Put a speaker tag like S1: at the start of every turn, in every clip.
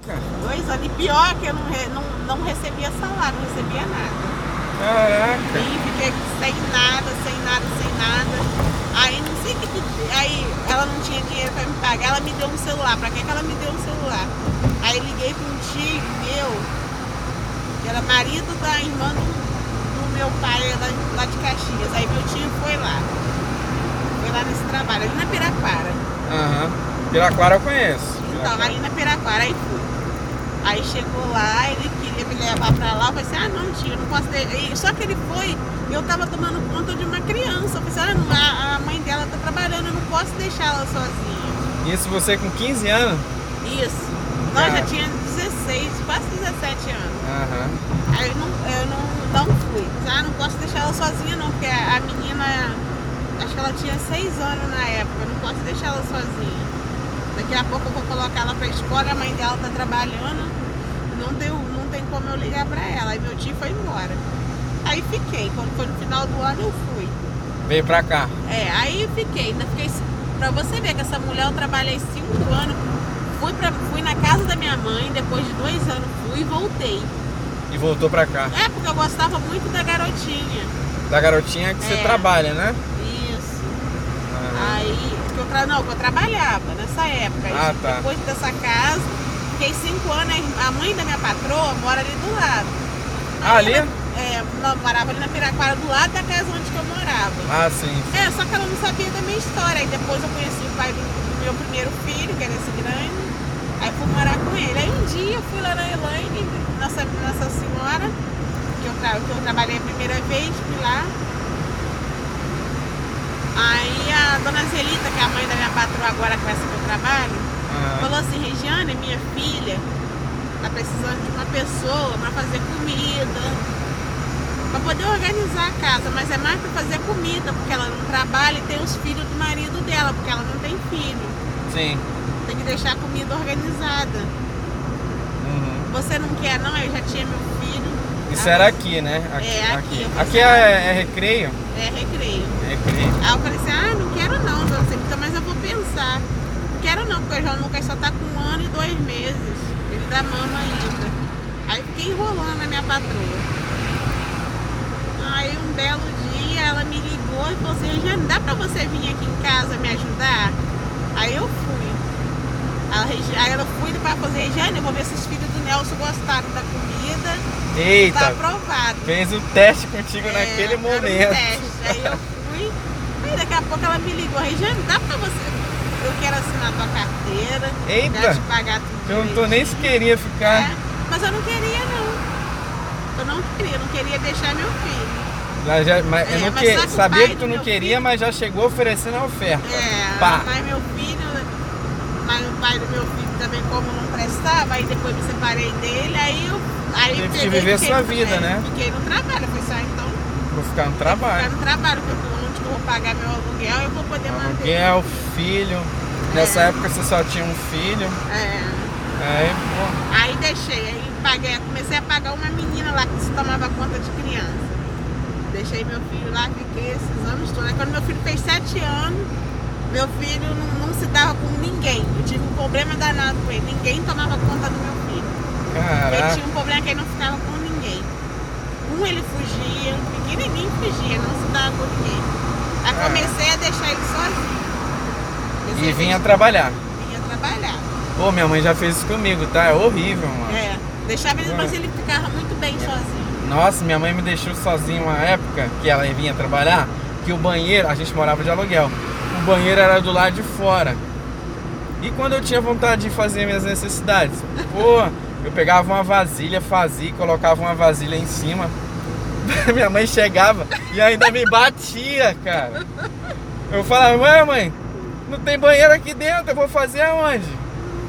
S1: dois anos. E pior que eu não, re- não, não recebia salário, não recebia nada.
S2: Caraca.
S1: E fiquei sem nada, sem nada, sem nada. Aí não sei o que. que- Aí ela não tinha dinheiro pra me pagar, ela me deu um celular. Pra que que ela me deu um celular? Aí liguei pra um tio meu, que era marido da irmã do, do meu pai lá, lá de Caxias. Aí meu tio foi lá. Foi lá nesse trabalho, ali na Piraquara.
S2: Aham. Piraquara eu conheço.
S1: Então,
S2: Piraquara.
S1: ali na Piraquara, aí fui. Aí chegou lá, ele queria me levar pra lá, eu falei assim, ah não, tio, eu não posso ter. E Só que ele foi, eu tava tomando conta de uma criança. Eu falei assim, olha, a, a mãe dela tá trabalhando, eu não posso deixar ela sozinha.
S2: Isso você com 15 anos?
S1: Isso. Nós já
S2: Cara.
S1: tínhamos 16, quase 17 anos.
S2: Aham.
S1: Aí eu não, eu não, não fui. Ah, não posso deixar ela sozinha não, porque a, a menina, acho que ela tinha seis anos na época, eu não posso deixar ela sozinha. Daqui a pouco eu vou colocar ela pra escola, a mãe dela tá trabalhando, não tem, não tem como eu ligar pra ela. Aí meu tio foi embora. Aí fiquei, quando foi no final do ano eu fui.
S2: Veio pra cá.
S1: É, aí fiquei, ainda fiquei. Pra você ver que essa mulher eu trabalhei cinco anos, fui, pra, fui na casa da minha mãe, depois de dois anos fui e voltei.
S2: E voltou pra cá.
S1: É, porque eu gostava muito da garotinha.
S2: Da garotinha que você
S1: É. Ah.
S2: trabalha, né?
S1: Isso.
S2: Aham.
S1: Aí, que eu tra... não, que eu trabalhava nessa época. Aí,
S2: Ah, tá.
S1: Depois dessa casa, fiquei cinco anos. a irm- A mãe da minha patroa mora ali do lado.
S2: Ah, ali?
S1: Ela, é, não, morava ali na Piraquara, do lado da casa onde que eu morava.
S2: Ah, sim.
S1: É, só que ela não sabia da minha história. Aí depois eu conheci o pai do, do meu primeiro filho, que era esse grande. Aí fui morar com ele. Aí um dia eu fui lá na Elaine, nossa, nossa senhora, que eu, tra- que eu trabalhei a primeira vez, fui lá. Aí a dona Zelita, que é a mãe da minha patroa agora com essa que eu trabalho,
S2: Aham.
S1: falou assim, Regiane, minha filha, tá precisando de uma pessoa pra fazer comida, pra poder organizar a casa, mas é mais pra fazer comida, porque ela não trabalha e tem os filhos do marido dela, porque ela não tem filho.
S2: Sim.
S1: Tem que deixar a comida organizada.
S2: Uhum.
S1: Você não quer não? Eu já tinha meu filho,
S2: Isso
S1: Ah,
S2: era
S1: mas-
S2: aqui, né? Aqui.
S1: É, aqui, eu
S2: Aqui,
S1: pensava.
S2: Aqui é, é recreio?
S1: é recreio.
S2: É recreio.
S1: Aí eu falei assim, ah, não quero não, dona Cipita, mas eu vou pensar. Não quero não, porque o João Lucas só tá com um ano e dois meses. Ele dá mama ainda. Aí fiquei enrolando a minha patroa. Aí um belo dia ela me ligou e falou assim, Regiane, dá pra você vir aqui em casa me ajudar? Aí eu fui. Ela, Regi- aí ela fui e depois ela falou assim, Regiane, eu vou ver se os filhos do Nelson gostaram da comida. Tá
S2: Eita,
S1: aprovado.
S2: fez o teste contigo
S1: É,
S2: naquele
S1: era um
S2: momento.
S1: teste. Aí eu fui, aí daqui a pouco ela me ligou, Regiane, dá pra você. Eu quero assinar tua carteira,
S2: Eita.
S1: quero te pagar tudo.
S2: Eu não tô nem se
S1: direitinho."
S2: queria ficar.
S1: É, mas eu não queria não. Eu não queria, eu não queria deixar meu filho.
S2: Ela já- mas eu
S1: É,
S2: não
S1: mas
S2: que-
S1: sabe o
S2: sabia
S1: pai
S2: que tu
S1: do
S2: não
S1: meu
S2: queria,
S1: filho?
S2: mas já chegou oferecendo a oferta.
S1: É,
S2: Pá.
S1: mas meu filho, mas o pai do meu filho também como não prestava, aí depois me separei dele, aí eu aí
S2: Teve que
S1: peguei e
S2: viver
S1: fiquei
S2: sua
S1: no-
S2: vida,
S1: é,
S2: né?
S1: Fiquei no trabalho, foi só então
S2: Vou ficar no
S1: ficar
S2: trabalho.
S1: no trabalho, porque eu- onde que eu vou pagar meu aluguel, eu vou poder manter.
S2: Aluguel, filho. Nessa
S1: É.
S2: época você só tinha um filho.
S1: É,
S2: Aí, pô.
S1: aí deixei, aí paguei, comecei a pagar uma menina lá que se tomava conta de criança. Deixei meu filho lá, fiquei esses anos todos. Aí quando meu filho fez sete anos, meu filho não, não se dava com ninguém. Eu tive um problema danado com ele. Ninguém tomava conta do meu filho. Ele
S2: Caraca.
S1: tinha um problema que ele não ficava com ninguém. Um ele fugia, um pequenininho fugia, não se dava com ninguém. Aí
S2: É.
S1: comecei a deixar ele sozinho. Comecei
S2: E
S1: a
S2: vinha
S1: deixar-
S2: trabalhar.
S1: vinha trabalhar.
S2: Pô, minha mãe já fez isso comigo, tá? É horrível, mano.
S1: É, deixava ele,
S2: É.
S1: mas ele ficava muito bem sozinho.
S2: Nossa, minha mãe me deixou sozinho uma época que ela vinha trabalhar, que o banheiro, a gente morava de aluguel, o banheiro era do lado de fora. E quando eu tinha vontade de fazer minhas necessidades, pô, eu pegava uma vasilha, fazia, e colocava uma vasilha em cima. minha mãe chegava e ainda me batia, cara. Eu falava, ué mãe, não tem banheiro aqui dentro, eu vou fazer aonde?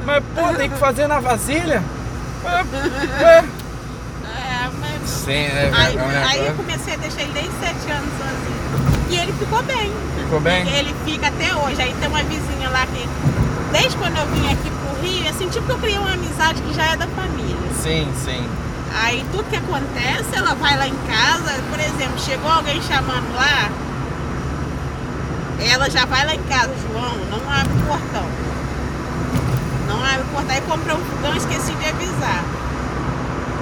S2: Mas pô, tem que fazer na vasilha? Ué, ué.
S1: É, mas.
S2: Sim, né?
S1: Aí,
S2: É um
S1: aí eu
S2: negócio.
S1: comecei a deixar ele desde 7 anos sozinho. E ele ficou bem.
S2: Ficou bem?
S1: Ele fica até hoje. Aí tem uma vizinha lá que, desde quando eu vim aqui pro Rio, assim, tipo que eu criei uma amizade que já é da família.
S2: Sim, sim.
S1: Aí tudo que acontece, ela vai lá em casa, por exemplo, chegou alguém chamando lá, ela já vai lá em casa, João, não abre o portão. Não abre o portão. Aí comprei um fogão, esqueci de avisar.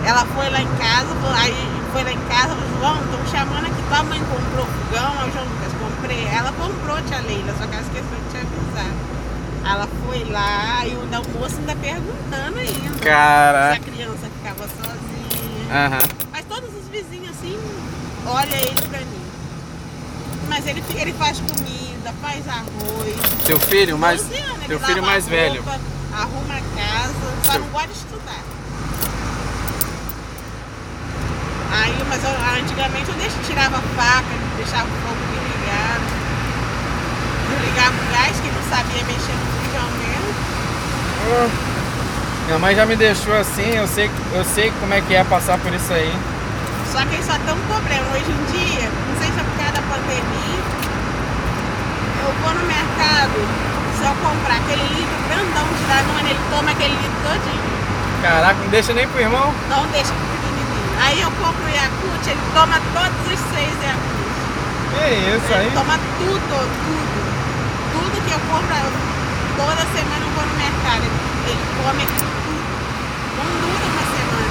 S1: Ela foi lá em casa, falou- aí foi lá em casa, falou, João, estão chamando aqui, tua mãe comprou fogão, aí o João Lucas, comprei. Ela comprou, tia Leila, só que ela esqueceu de te avisar. Ela foi lá e o da moça ainda perguntando ainda. Se a
S2: Caraca.
S1: criança ficava sozinha.
S2: Aham.
S1: Mas todos os vizinhos assim, olha ele pra mim. Mas ele, fi- ele faz comida, faz arroz.
S2: Teu filho mais.
S1: 12 anos, ele
S2: Teu
S1: lava
S2: filho
S1: a
S2: mais
S1: roupa,
S2: velho.
S1: Arruma a casa, só
S2: Seu-
S1: não gosta de estudar. Aí, mas eu- antigamente eu deixo, tirava a faca, deixava o fogo bem ligado. Eu ligava o gás, que não sabia mexer no feijão mesmo.
S2: Minha mãe já me deixou assim, eu sei, eu sei como é que é passar por isso aí.
S1: Só que aí só tem um problema. Hoje em dia, não sei se é por causa da pandemia, eu vou no mercado, se eu comprar aquele litro grandão de Danone, ele toma aquele litro todinho.
S2: Caraca, não deixa nem pro irmão.
S1: Não deixa pro pequenininho. Aí eu compro o Yakult, ele toma todos os seis Yakult.
S2: Que isso aí?
S1: Ele toma tudo, tudo. Tudo que eu compro, eu- toda semana eu vou no mercado. Ele, ele come aquilo tudo. Não dura uma semana.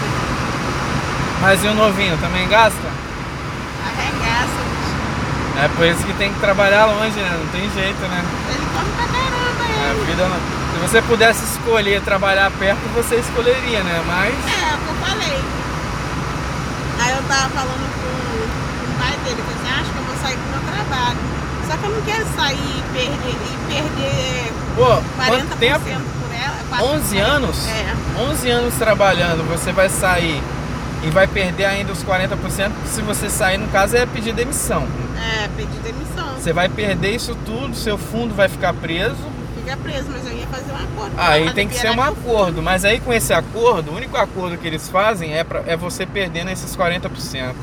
S2: Mas e o novinho, também gasta?
S1: Arregaça. bicho.
S2: É por isso que tem que trabalhar longe, né? Não tem jeito, né?
S1: Ele come pra caramba.
S2: A
S1: Ele.
S2: vida não- Se você pudesse escolher trabalhar perto, você escolheria, né? Mas.
S1: É, eu falei. Aí eu tava falando com, com o pai dele, eu falei assim, acho que eu vou sair do meu trabalho. Só que eu não quero sair e perder, e perder
S2: Pô,
S1: 40%
S2: quanto tempo?
S1: por ela.
S2: 11 anos?
S1: É.
S2: 11 anos trabalhando, você vai sair e vai perder ainda os 40%, que se você sair, no caso, é pedir demissão.
S1: É, pedi demissão.
S2: Você vai perder isso tudo, seu fundo vai ficar preso.
S1: Fica preso, mas eu ia fazer um acordo. com
S2: Aí
S1: ela,
S2: tem que
S1: porque
S2: ser
S1: era
S2: um
S1: que eu-
S2: acordo, mas aí com esse acordo, o único acordo que eles fazem é, pra, é você perdendo esses 40%.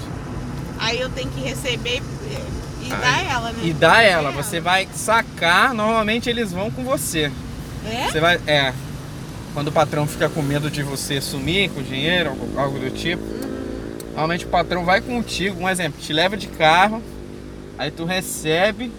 S1: Aí eu tenho que receber e- e
S2: Aí.
S1: dar ela, né?
S2: Ah, E dá ela, você vai sacar, normalmente eles vão com você.
S1: É?
S2: Você vai. É. Quando o patrão fica com medo de você sumir com o dinheiro, algo, algo do tipo.
S1: Uhum.
S2: Normalmente o patrão vai contigo, um exemplo, te leva de carro, aí tu recebe,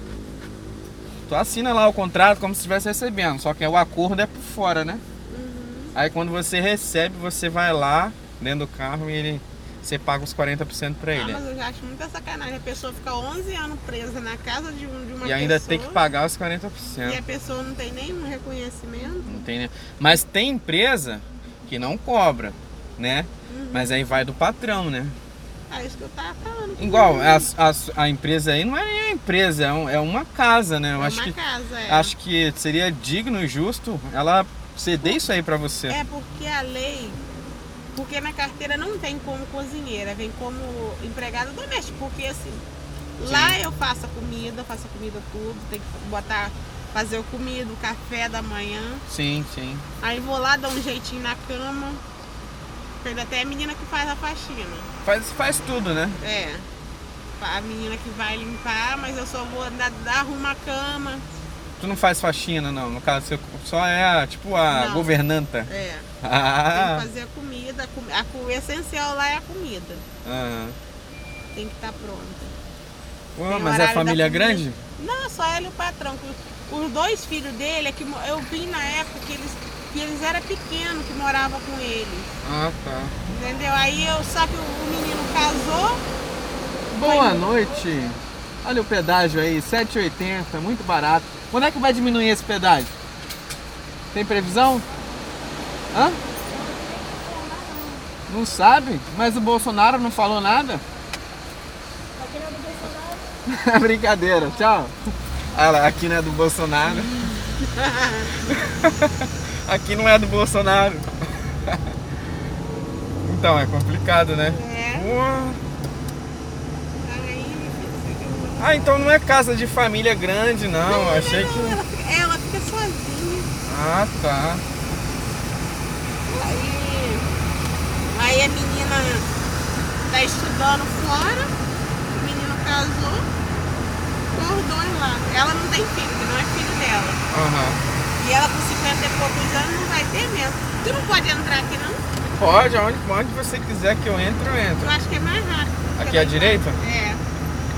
S2: tu assina lá o contrato como se estivesse recebendo, só que o acordo é por fora, né?
S1: Uhum.
S2: Aí quando você recebe, você vai lá dentro do carro e ele. Você paga os 40% pra
S1: Ah,
S2: ele.
S1: mas eu já acho muita sacanagem. A pessoa fica 11 anos presa na casa de, um, de uma
S2: e ainda
S1: pessoa.
S2: tem que pagar né? os 40%.
S1: E a pessoa não tem nenhum reconhecimento.
S2: Não tem, né? Mas tem empresa que não cobra, né?
S1: Uhum.
S2: Mas aí vai do patrão, né?
S1: É isso que eu tava falando. é com
S2: Igual,
S1: ela.
S2: a, a, a empresa aí não é nem a empresa, é, um- é uma casa, né? Eu
S1: É
S2: acho
S1: uma
S2: que,
S1: casa, é.
S2: acho que seria digno e justo ela ceder isso aí pra você.
S1: É porque a lei. Porque na carteira não vem como cozinheira, vem como empregada doméstica. Porque assim, lá eu faço a comida, faço a comida tudo, tem que botar, fazer o comido, o café da manhã.
S2: Sim, sim.
S1: Aí vou lá, dou um jeitinho na cama. Tem até a menina que faz a faxina.
S2: Faz, faz tudo, né?
S1: É. A menina que vai limpar, mas eu só vou dar, dar arrumar a cama.
S2: Tu não faz faxina, não. No caso, você só é a, tipo a
S1: Não.
S2: governanta.
S1: É. Tem
S2: Ah,
S1: que fazer a comida. A, comi- a co- o essencial lá é a comida.
S2: ah.
S1: Tem que estar pronta.
S2: Pô,
S1: Tem o
S2: mas é
S1: horário da
S2: família
S1: comida.
S2: grande?
S1: Não, só ele e o patrão. que Os dois filhos dele, é que mo- eu vi na época que eles, que eles eram pequenos que moravam com ele.
S2: Ah, tá.
S1: Entendeu? Aí eu só que o o menino casou,
S2: Boa noite. Olha o pedágio aí, 7,80, muito barato. Quando é que vai diminuir esse pedágio? Tem previsão? Hã? Não sabe? Mas o Bolsonaro não falou nada? Brincadeira, tchau. Olha lá, aqui não é do Bolsonaro. aqui não é do Bolsonaro. Então, é complicado, né?
S1: É.
S2: Uau.
S1: aí
S2: Ah, então não é casa de família grande, não.
S1: é
S2: Achei que.
S1: ela, fica- ela fica sozinha.
S2: Ah, tá.
S1: Aí, aí a menina tá estudando fora, o menino casou, com os dois lá. Ela não tem filho, que não é filho dela.
S2: Aham.
S1: E ela com 50 e poucos anos não vai ter mesmo. Tu não pode entrar aqui não?
S2: Pode, aonde, onde você quiser que eu entre, eu entro.
S1: Eu acho que é mais rápido.
S2: Aqui à direita? Ah.
S1: É,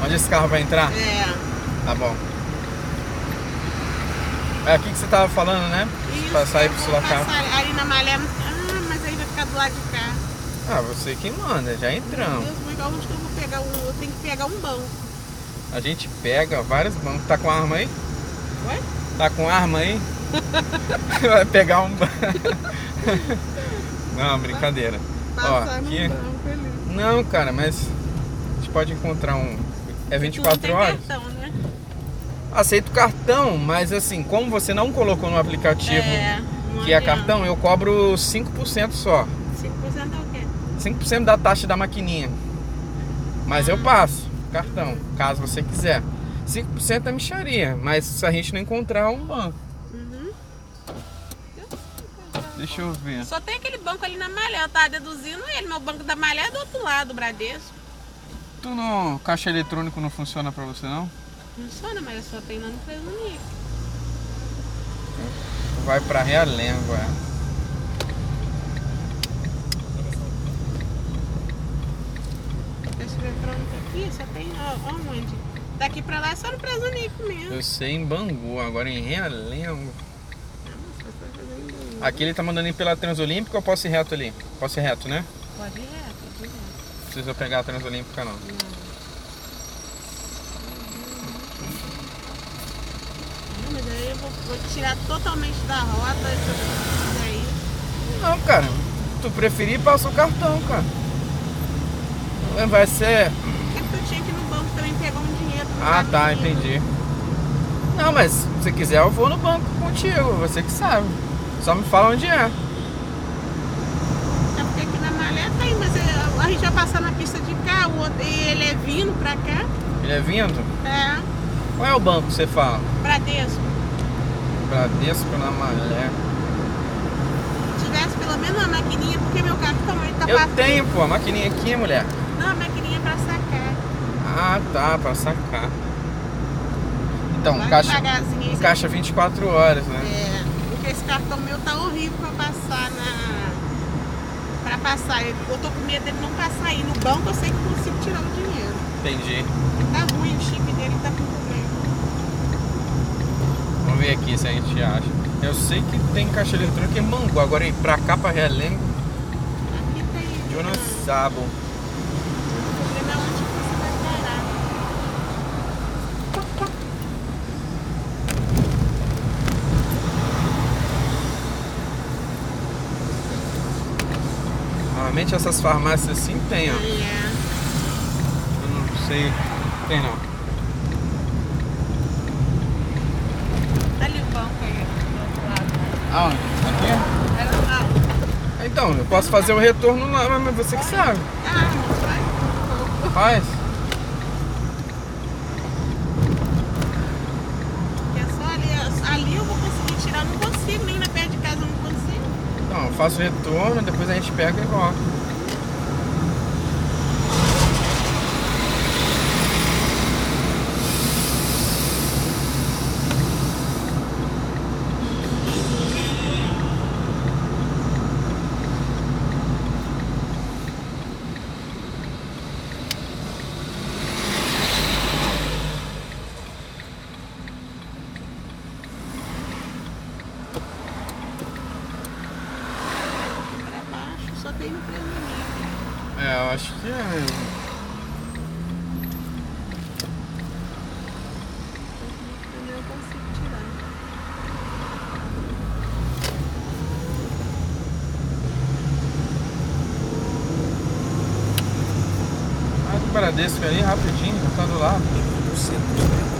S2: Onde esse carro vai entrar?
S1: é.
S2: Tá bom. É aqui que você tava falando, né?
S1: Isso,
S2: Pra sair
S1: eu
S2: pro
S1: vou
S2: Sulacap.
S1: passar Ali na Malha. Ah, mas aí vai ficar do lado de cá.
S2: Ah, você que manda, já
S1: Meu
S2: entramos.
S1: Deus, mas onde que eu vou pegar um? Eu tenho que pegar um banco. Uhum.
S2: A gente pega vários bancos. Tá com arma aí?
S1: Ué?
S2: Tá com arma aí? Vai pegar um banco. Não, brincadeira.
S1: Passar
S2: Ó,
S1: num
S2: aqui.
S1: um banco ali.
S2: Não, cara, mas a gente pode encontrar um. É
S1: Tu
S2: 24
S1: não tem
S2: horas?
S1: cartão, né?
S2: Aceito cartão, mas assim, como você não colocou no aplicativo
S1: é, não
S2: que é
S1: adianta.
S2: cartão, eu cobro 5% só.
S1: 5% é o quê?
S2: 5% da taxa da maquininha. Mas
S1: Ah.
S2: eu passo cartão, caso você quiser. 5% é micharia, mas se a gente não encontrar um banco.
S1: Uhum.
S2: Deixa eu ver.
S1: Só tem aquele banco ali na Malé, eu tava deduzindo ele, mas o banco da Malé é do outro lado, o Bradesco.
S2: Tu no caixa eletrônico não funciona pra você não?
S1: Não funciona, mas eu só tenho lá no Presunico.
S2: Tu vai pra Realengo, é.
S1: Deixa eu ver pra onde aqui, só tem ó, onde? Daqui pra lá é só no Presunico mesmo.
S2: Eu sei em Bangu, agora em Realengo.
S1: Nossa,
S2: Aqui ele tá mandando ir pela Transolímpica ou posso ir reto ali? Posso ir reto, né?
S1: Pode ir, é, pode ir.
S2: Não precisa pegar a Transolímpica não.
S1: Não, mas aí eu vou, vou tirar totalmente da rota isso daí.
S2: Não, cara. Tu preferir, passa o cartão, cara. Vai ser
S1: É porque eu tinha que ir no banco também pegar um dinheiro. no
S2: Ah, tá,
S1: caminho.
S2: entendi. Não, mas se você quiser eu vou no banco contigo, você que sabe. Só me fala onde é.
S1: É porque aqui na Malé tem, mas é- a gente vai passar na pista de cá, o outro, e ele é vindo pra cá.
S2: Ele é vindo?
S1: É,
S2: Qual é o banco que você fala?
S1: Bradesco.
S2: Bradesco na Malé.
S1: Se tivesse pelo menos uma maquininha, porque meu cartão ele tá
S2: Eu
S1: passando.
S2: tenho, pô, a maquininha aqui, mulher.
S1: Não, a maquininha pra sacar.
S2: Ah, tá, pra sacar. Então,
S1: Vai
S2: caixa,
S1: devagarzinho aí, você-
S2: caixa 24 horas, né?
S1: É, porque esse cartão meu tá horrível pra passar na. Pra passar. Eu eu tô com medo dele não passar aí. No banco eu sei que consigo tirar o dinheiro.
S2: Entendi.
S1: Tá ruim o chip dele, tá com problema.
S2: Vamos ver aqui se a gente acha. Eu sei que tem caixa eletrônica em Bangu, agora ir pra cá, pra Realengo,
S1: Aqui tem.
S2: eu não
S1: O
S2: sabo.
S1: problema é onde que você vai parar.
S2: Normalmente essas farmácias assim tem, ó.
S1: É.
S2: Eu não sei. Tem não.
S1: Tá ali o banco aí, do outro lado.
S2: Aonde? Aqui?
S1: Era lá.
S2: Então, eu posso fazer o retorno lá, mas você que sabe.
S1: Ah, não vai.
S2: Faz.
S1: Porque é só ali. Ali eu vou conseguir tirar, não consigo. Nem na perto de casa eu não consigo.
S2: Então, eu faço o retorno, depois a gente pega e volta.
S1: Pra baixo, só tem no prejuízo.
S2: É, eu acho que é.
S1: Eu consigo tirar.
S2: Ah, do Bradesco ali, rapidinho, já tá do lado.
S3: do centro.